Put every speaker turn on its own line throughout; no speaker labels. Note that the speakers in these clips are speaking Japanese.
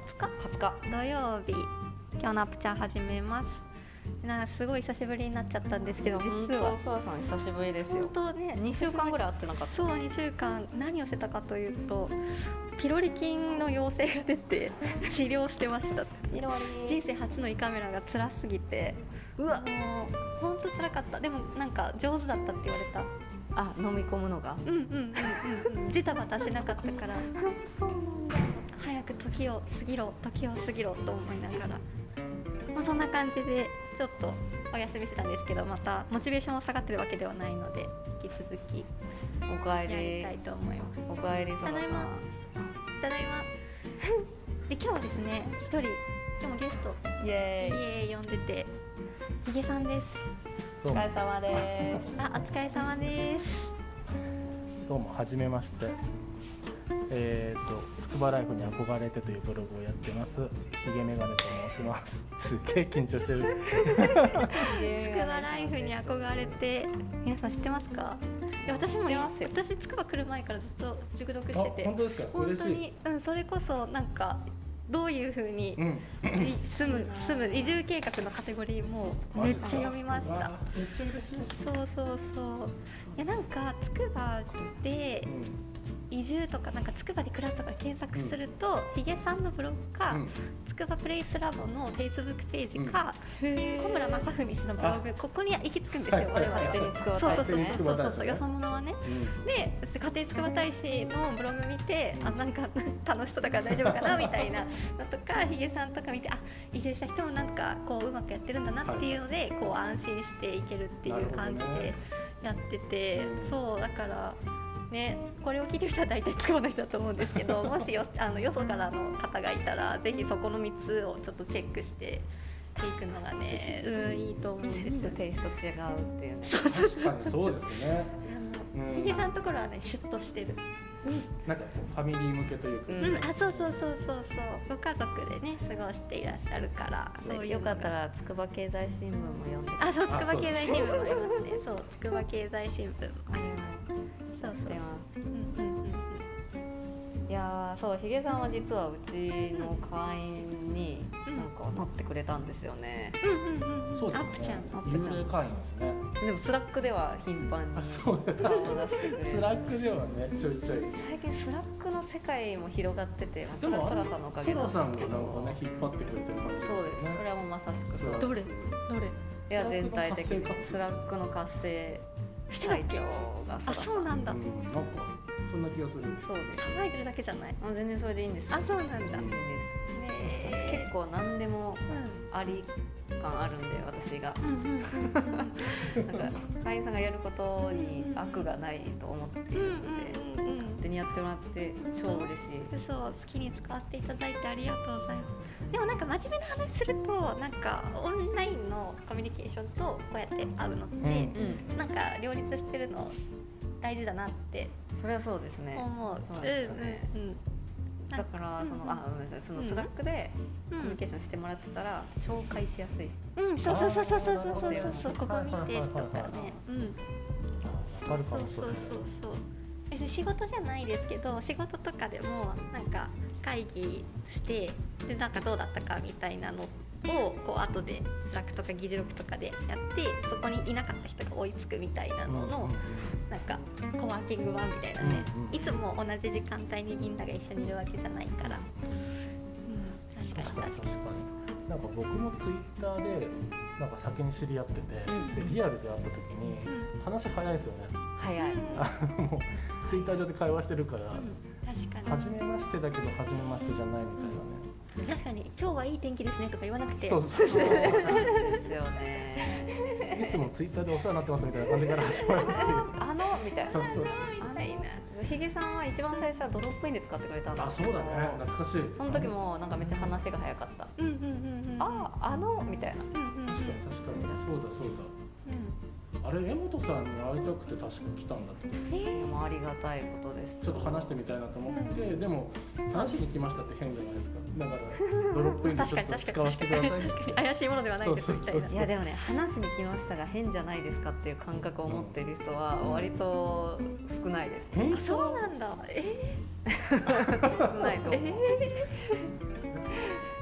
日土曜日今日のアップちゃん始めますなんかすごい久しぶりになっちゃったんですけど
本
実
当
は
ふわさん久しぶりです
本
よ
当ね
2週間ぐ
らい
らい会ってなかった
そう2週間何をしてたかというとピロリ菌の陽性が出 て治療してました
ピロ
人生初の胃カメラが辛すぎて
うわ
もう本当辛かったでもなんか上手だったって言われた
あ飲み込むのが
うんうんうんうんうん ジタバタしなかったから早く時を過ぎろ時を過ぎろと思いながら、まあ、そんな感じでちょっとお休みしたんですけどまたモチベーションは下がってるわけではないので引き続き
おかえ
やりたい
り
と思います
おかえりそ
ただいまただいまで今日はですね一人今日もゲスト
イエーイ
家呼んでてヒゲさんです
ど
お
うも
疲れ様で
あお疲れ様です
どうもはじめましてえっ、と「つくばライフに憧れて」というブログをやってますひげメガネと申します すっげえ緊張してる
つ
すイエーイ
くばライフに憧れて皆さん知ってますかいや私も
知ってますよ
私つくば来る前からずっと熟読し
あ
てて
本当ですか
本
嬉
当
しい
にうんそれこそなんかどういうふうに
うん
い住む住む移住計画のカテゴリーも
マ
め
ジ
っ
っ
ち
す
ゃ
か
読みまし
わ
た
あめっちゃ嬉しい、
そうそうそういやなんかつくばで
うん
移住とかなんかつくばで暮らすとか検索すると、ヒゲさんのブログか、
うん
つくばプレイスラボのフェイスブックページか、
へー
小村正文氏のブログここに行き着くんですよ
はい
我
はい
々
はい
勝手につくば
そうそうそうそうそ
タイプね
うそうよそ者はね
うん
で家庭つくば大使のブログ見てあなんか 楽しそうだから大丈夫かなみたいなのと かヒゲさんとか見てあ移住した人もなんかこううまくやってるんだなっていうので、こう安心していけるっていう感じ
なるほど
で
ね
やってて、
うん
そうだから。ね、これを聞いてる人は大体つくばの人だと思うんですけ どもしよあのよそからの方がいたらぜひそこの3つをちょっとチェックしていくのがね、うん、いいと思うんです
全部テイスト違うっていうね
確かにそうですね、
あの
う
ヒゲさんのところはねシュッとしてる、
なんかファミリー向けというか、
うん
うん、あそうそうそうそうそうご家族でね過ごしていらっしゃるから
そう
いうのが
よかったらつくば経済新聞も読んで
あそうつ
あ
くば経済新聞も
そう
ありますねそうつくば経済新聞もありますそうそ
知っ
う
て
そう
ま
うんうんうん
すいやーそうヒゲさんは実はうちの会員に
うん
なんかなってくれたんですよね
うんうんうんうん
そうで
アップ
す
ちゃ
ね
ん
アップちゃん
幽霊会員ですね
でもスラックでは頻繁に
あそうです
顔
確か
を出してくれ
に
る
スラックではねちょいちょい
最近スラックの世界も広がってて、まあ、
で
それは
も
ソラさんのおかげ
ソ
なん
ラ
です
さん
け
が
ど
なんかね引っ張ってくれてる感
そう
じですよ
です
ね
これはもうまさしくそう
そう
どれどれ
いや全体的
スラックの
にスラックの
活性化
活性
してたっ
最
け
強が
あ
ソラさ
そうんなんだ、
うん、なんかそんな気がする。
そうです
騒いでるだけじゃない
あ全然それでいいんですよ
あそうなんだ
全
ね
然いいです私
え
結構何でもあり感あるんで私が
うんうんうんうんうん
なんか会員さんがやることに悪がないと思ってい
うん
るので
うんうんうん
勝手にやってもらって超嬉しい
嘘を好きに使わせていただいてありがとうございますでもなんか真面目な話するとなんかオンラインのコミュニケーションとこうやって会うのって、
うん
うん
なんか両立してるの大事だなって
それはそうですね
思う、
そうですよね
うんうんうん
だからその、あごめんなさいそのスラックでコミュニケーションしてもらってたら紹介しやすい、
うん、そうそうそうそうそうそうそう
あー
そうここ見てとかね、うん、
わかる
そ
か
う
もし
そ
れ
う
ない。
そうそう別に仕事じゃないですけど仕事とかでもなんか会議してでなんかどうだったかみたいなのをこう後でスラックとか議事録とかでやってそこにいなかった人が追いつくみたいなのの、なんかコワーキング版みたいなね、
うんうん
いつも同じ時間帯にみんなが一緒にいるわけじゃないから、うん、確かに
確
確かに
かに確かに。なんか僕もツイッターでなんか先に知り合ってて、
うん
でリアルで会った時に
うん
話早いんですよね。
早い、
うん
あのもうツイッター上で会話してるから、
うん、確かに
初めましてだけど初めましてじゃないみたいなね。
確かに今日はいい天気ですねとか言わなくて
そうそう
そ
そうう。
なんですよね
いつもツイッターでお世話になってますみたいな感じから始まるっていう。
あのみたいな
そうそうそう。
みたいな
ヒゲさんは一番最初はドロップインで使ってくれたんで
あ、
す
そ
け
う
ど
だね。懐かしい。
その時もなんかめっちゃ話が早かった、
うんうんうんうん
あああのみたいな
うんうんうん
確かに確かに。そうだそうだ。あれ江本さんに会いたくて確か来たんだと思う。
うんえ
でもありがたいことです
ちょっと話してみたいなと思って、でも話しに来ましたって変じゃないですかだからドロップインでちょっと使わせてくださいっつっ
ー
て
怪しいものではないです
そう
み
そう
たい
そ
うな
やでもね話しに来ましたが変じゃないですかっていう感覚を持っている人は割と少ないです、
本
あそうなんだえ
少ないと思う、
え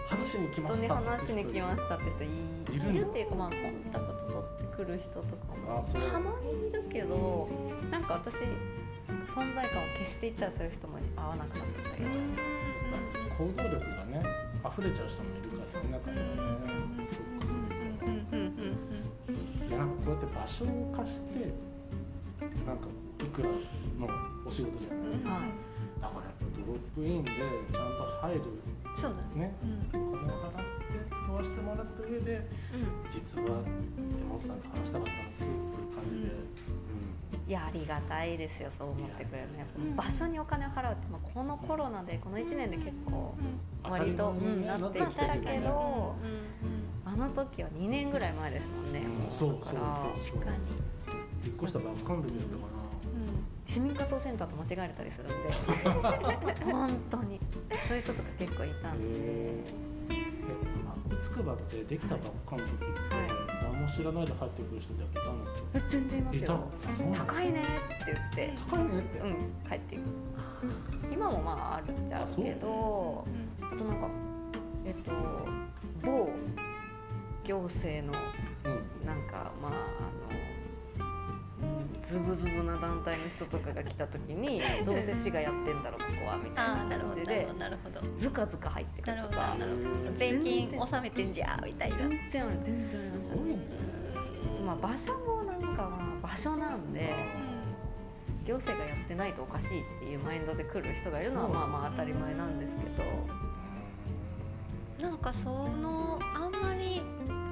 話しに来ま
本当
し
に
た
話しに来ま
し
したって人
い
い
る
い
んだ
るっていうかまあコンタクト取ってくる人とか
あ
も
そう
たまにいるけどなんか私存在感を消していったらそういう人も合わなくなってきたりとか
行動力がね溢れちゃう人もいるからね中にはねそっかそっかいやなんかこうやって場所を貸してなんかいくらのお仕事じゃないだからやっぱドロップインでちゃんと入る
そうだね。
ね
うん
お金を払って使わせてもらった上で実は山本さんと話したかったんですっていう感じで、
いやありがたいですよそう思ってくれるね
うん
場所にお金を払うって、まあ、このコロナでこの1年で結構
うん、
割と
当たり前にね
うんなって
ま
き
あ
て
だ
る
け
け
ね
ど
ど、
うん
あの時は2年ぐらい前ですもんね、も
そう
だ
そう
から
そうそう
確かに。
引っ越したばっかの時だったかな
市民活動センターと間違えれたりするん で本当にそういう人とか結構いたんで、
へえつくばってできたばっかの時って、何も知らないで入ってくる人ってやっぱいたんですよ
え全然います
いた
よ
あそうなんだ
高いねって言って
高いねって、
うん帰っていく今もまああるっちゃあ
あ
る
そう
けどあとなんかえっと某行政の
うん
なんかまああのうんズブズブな団体の人とかが来た 時にどうせ市がやってんだろここはみたい
ああ、な
な
るほ
感
どなる
じで
ほどなるほど。
ずかずか入ってくるとか
なるほ
へえ
税金納めてんじゃみたいな。
全然ある全然あ
す
ります
ごいね
まあ場所もなんかまあ場所なんで行政がやってないとおかしいっていうマインドで来る人がいるのは
そう
まあまあ当たり前なんですけど
なんかそのあんまり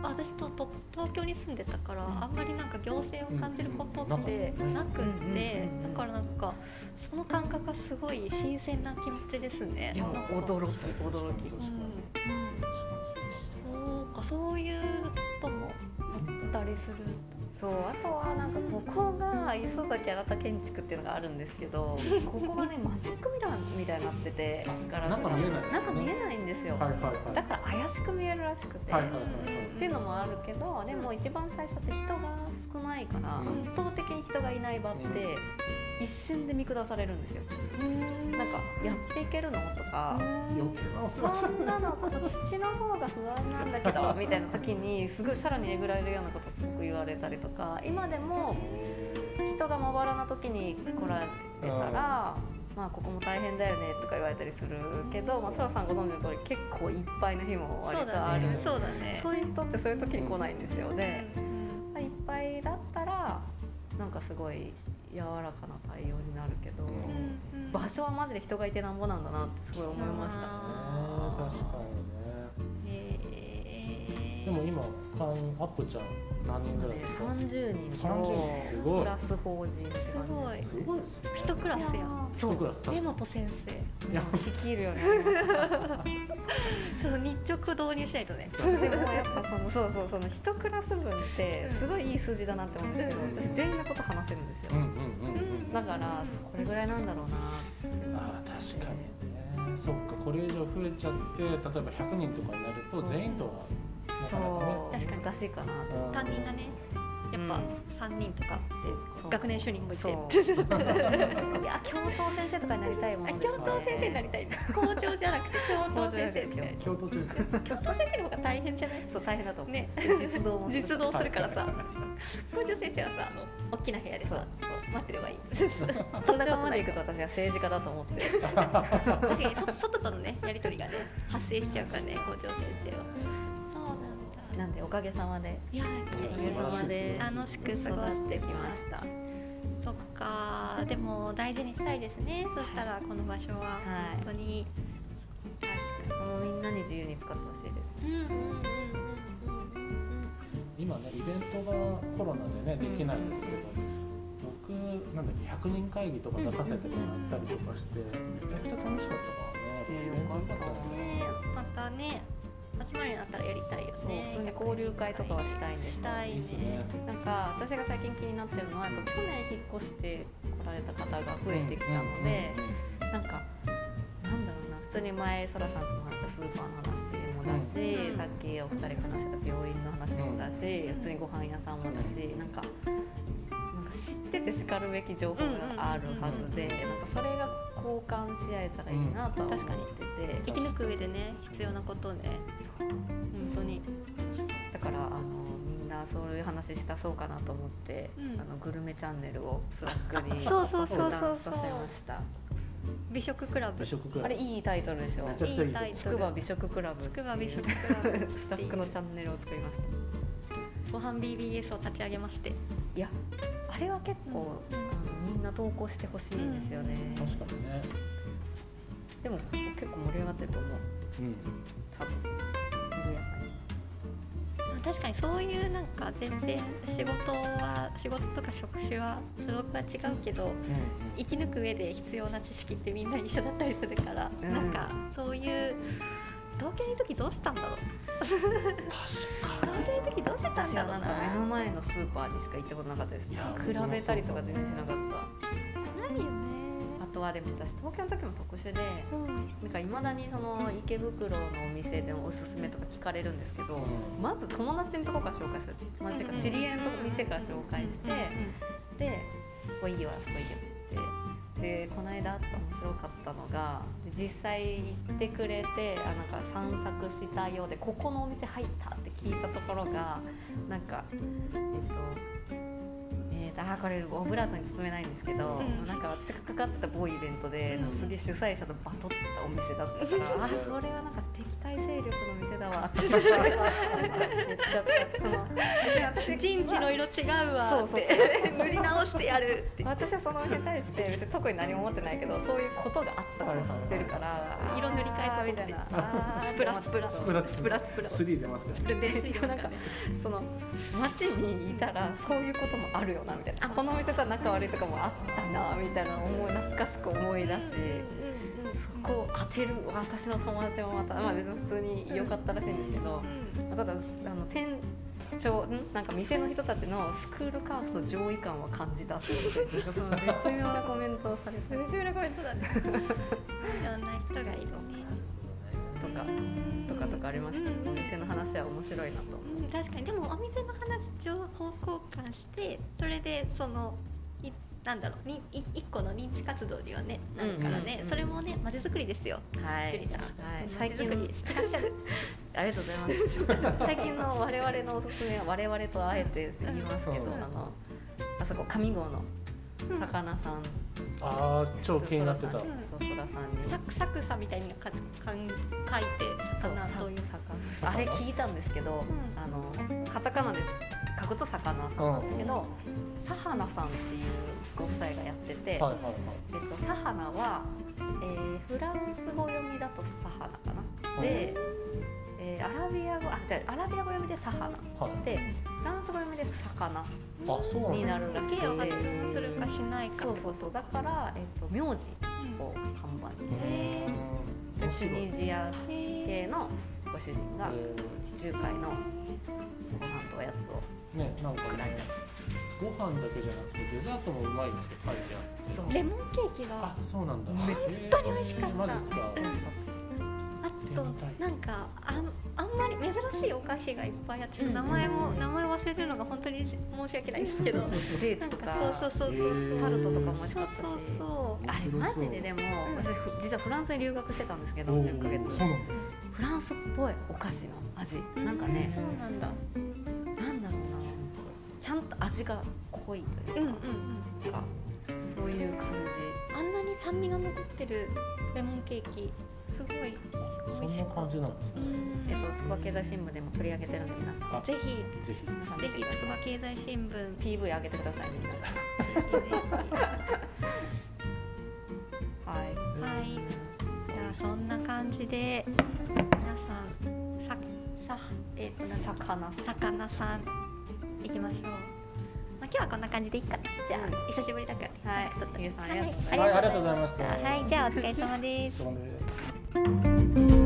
私とと東京に住んでたからあんまりなんか行政を感じることって
うんうん
なくって
うんうんうんう
だ
ん
からなんかその感覚がすごい新鮮な気持ちですね。
いや
なんか
驚き
うん
う
驚き
確
ん
かに確かに
うんそうかそういうこともあったりする。
そうあとはなんかここが磯崎新建築っていうのがあるんですけ どここがねマジックミラーみたいになっててガラス
中
が
見えないですよね
中見えないんですよ、
はいはいはい
だから怪しく見えるらしくて、
はいはいはい
っていうのもあるけどでも一番最初って人が少ないから
うん
圧倒的に人がいない場って一瞬で見下されるんですよなんかやっていけるのとか
余計なお世話し
そ
た
んなのこっちの方が不安なんだけ どみたいな時にすごいさらにえぐられるようなことすごく言われたりとか今でも人がまばらな時に来られてたら。まあ、ここも大変だよねとか言われたりするけど、まあ、そらさんご存知の通り結構いっぱいの日も割
そう
と
だ
ある
ね。そうだね。
そういう人ってそういう時に来ないんですよ
うん
で、いっぱいだったらなんかすごい柔らかな対応になるけど、
うん
うんうん
場所はマジで人がいてなんぼなんだなってすごい思いました
あー確かにねでも今会員アップちゃん何人ぐらいですか
30人と
30人すごい
プラス法人って感じです
すごいですね
一クラスや
いや
ん。
一クラス確
根
かに
本先生。
いや
ー率いるよねで
そう日直導入しないとね。
もやっぱそのそうそうその一クラス分ってすごいいい数字だなって思うんですけど私全員のこと話せるんです
うん
よ
うんうんうん
だからこれぐらいなんだろうな
あー確かにねそっかこれ以上増えちゃって例えば100人とかになると
そう
全員とはなかなかね
そう
確かに
難しいかなと
うん
担任がねやっぱ三人とか
そう
学年主任も いて。
そういや教頭先生とかになりたいもん
あ
ですね
教頭先生になりたいな校長じゃなくて教頭先生みたい
教頭先生
な教頭先生の方が大変じゃない
そう大変だと思う、
ね
実動も
実動するからさ
はい
校長先生はさあの大きな部屋で
そ
さ
う
待ってればいい そ
そ
ん
ん
な
な
こと
ま
な
で
い
行くと私は政治家だと思ってる
確かに外外とのねやり取りがね発生しちゃうからね校長先生はそうなんだ
なんでおかげさまで
いや
お
ー
か
い
げ
いで
さ
す
まで
楽しく過ごしてきましたそっかでも大事にしたいですねそしたらこの場所は
はい
本当に、確か
もうみんなに自由に使ってほしいです
にうんうんうんうんうん
今ねイベントがコロナでねできないんですけど僕なんだっけ100人会議とか出させてもらったりとかしてめちゃくちゃ楽しかったからね
ね
イベントよか
う
った
ん
ね
ねまたね集まりになったらやりたいよ
そう
ね
普通に交流会とかはしたいんです
したい
い
ね
いっすね
なんか私が最近気になってるのはやっぱ去年引っ越して来られた方が増えてきたので、なんかなんだろうな普通に前そらさんとも話したスーパーの話もだし、
うん
さっきお二人が話してた病院の話もだ
う
し、
ん
普通にご飯屋さんもだし、なんかなんか知っててしかるべき情報があるはず
う
で、
んうんうんうん
なんかそれが交換し合えたらいいなとは思ってて、
生き抜く上でね必要なことね
そう
本当に
だからあのみんなそういう話したそうかなと思って、
うん
あのグルメチャンネルをスラックに
そうそうそうそうそう
相談させました
美食クラブ
美
つ
食ク
あ
ラブ
れいいタイトルでしょ
めちゃくちゃいいと思う
いいタイト
つくば美食クラブ
くば美食クラブ
スタッフのチャンネルを作りました
ご飯 BBS を立ち上げまして
いやあれは結構、
うん
あのみんな投稿してほしいんですよね、
確かにね
でも結構盛り上がってると思う
うん
多分緩やかに
確かにそういうなんか全然仕事は仕事とか職種は所属は違うけど生き抜く上で必要な知識ってみんな一緒だったりするから、
うん
なんかそういう同居の時どうしたんだろう同居
確か
の時どうしてたん
私
だ
は
ろう
な
んな
か目の前のスーパーにしか行ったことなかったです
いや
比べたりとか全然しなか
な
っ
いよね
たあとはでも私東京の時も特殊で
うん
なんかいまだにその池袋のお店でおすすめとか聞かれるんですけど、
うん
まず友達のとこから紹介するまずていうか知り合いのとこ店から紹介して、で「ここいいよあそこいいよ」ってでこの間あった面白かったのが実際行ってくれてあなんか散策したようでここのお店入ったって聞いたところがなんかえっと。えーとあーこれオブラートに包めないんですけど、
うん
なんか私がかかってた某イベントで、
うん
すげえ主催者とバトってたお店だったか らあーそれはなんか敵対勢力の店だわって言っちゃった その私
うん
は
陣地の色違うわ
そう
っ
そう
て 塗り直してやるって
私はそのお店に対して別に特に何も思ってないけどそういうことがあったのを知ってるから
はいはい色塗り替えた
みたいなあー
スプラスプラ
スプラ
スプラスプラ
スリー出ますけどね
ででもなんかその街にいたらそういうこともあるよなみたいな
あ
このお店とは仲悪いとかもあったなみたいな思い懐かしく思い出し
うんうんうん
そこを当てる私の友達もまた、まあ、別に普通に良かったらしいんですけど
う、ん
ただあの店長んなんか店の人たちのスクールカースト上位感は感じたっていうその絶妙なコメントをされて
絶妙なコメントだねいろんな人がいるね
とかとかとかありました、お店の話は面白いなと思
うん確かにでもお店の話を方向換してそれでそのいなんだろうにい一個の認知活動にはねなるからね、
うんうん
それもねまちづくりですよ
うは
樹里さん
はい、
ま
最
ち
近
づくりしてらっしゃる
ありがとうござ います最近の我々のおすすめは我々とあえて言いますけど、
うん
あのあそこ上郷の魚さん、
ああ超気になってた
そ
ん
そらさんに
サクサクさみたいにかかん書いて
そう
魚という
魚あれ聞いたんですけど、
うん
あのカタカナです書くと魚さんなんですけど、サハナさんっていうご夫妻がやってて、
はいはいはい
えっと、サハナは、えーフランス語読みだとサハナかなで、えーアラビア語あじゃあアラビア語読みでサハナ
はい
でフランス語読みで魚
あそうなんだ
になるらしくて
を発音するかしないか
そうそうそうだから、えっと、名字を看板にして
へ
でチュニジア
えへ
系のご主人が地中海のご飯とおやつを
ねなんかねご飯だけじゃなくてデザートもうまいって書いてあって
えレモンケーキが
あそうなんだ
めっ
本当に美味しかった
えーマジっすか
あ
手
と
堅い
なんかあんあんまり珍しいお菓子がいっぱいあってちょっと名前
う
も
んうん
名前忘れるのが本当に申し訳ないですけ ど
デー
な
ツ
ん
と
か
か
そうそうそうそう
へー
タルトとかも美
そう
味し
そう
かったし
そう
あれマジででも
うん
私ふ実はフランスに留学してたんですけど
お
10ヶ
ー
月
そうなんだ
フランスっぽいお菓子の味
うん
なんかね
そうなんだ
なんだろうなちゃんと味が濃いと
う
い
ん
う
うんうん
かなんかそういう感
あんなに酸味が残ってるレモンケーキすごい
そんな感じなんです
う
ね
ん
じえっとつば経済新聞でも取り上げてるんで皆さん
あ
ぜひ
ぜひ
ぜひつくば経済新聞
PV 上げてくださいみんなはい
はいじゃあそんな感じで皆さんささえっ、となんだ
魚
魚さん行きましょう、まあ、今日はこんな感じでいいかなじゃあ久しぶりだから
はい
ちょっと
ゆうさんありがとうございます
はいありがとうございました
はいじゃあお疲れ様です
どうもです
はい。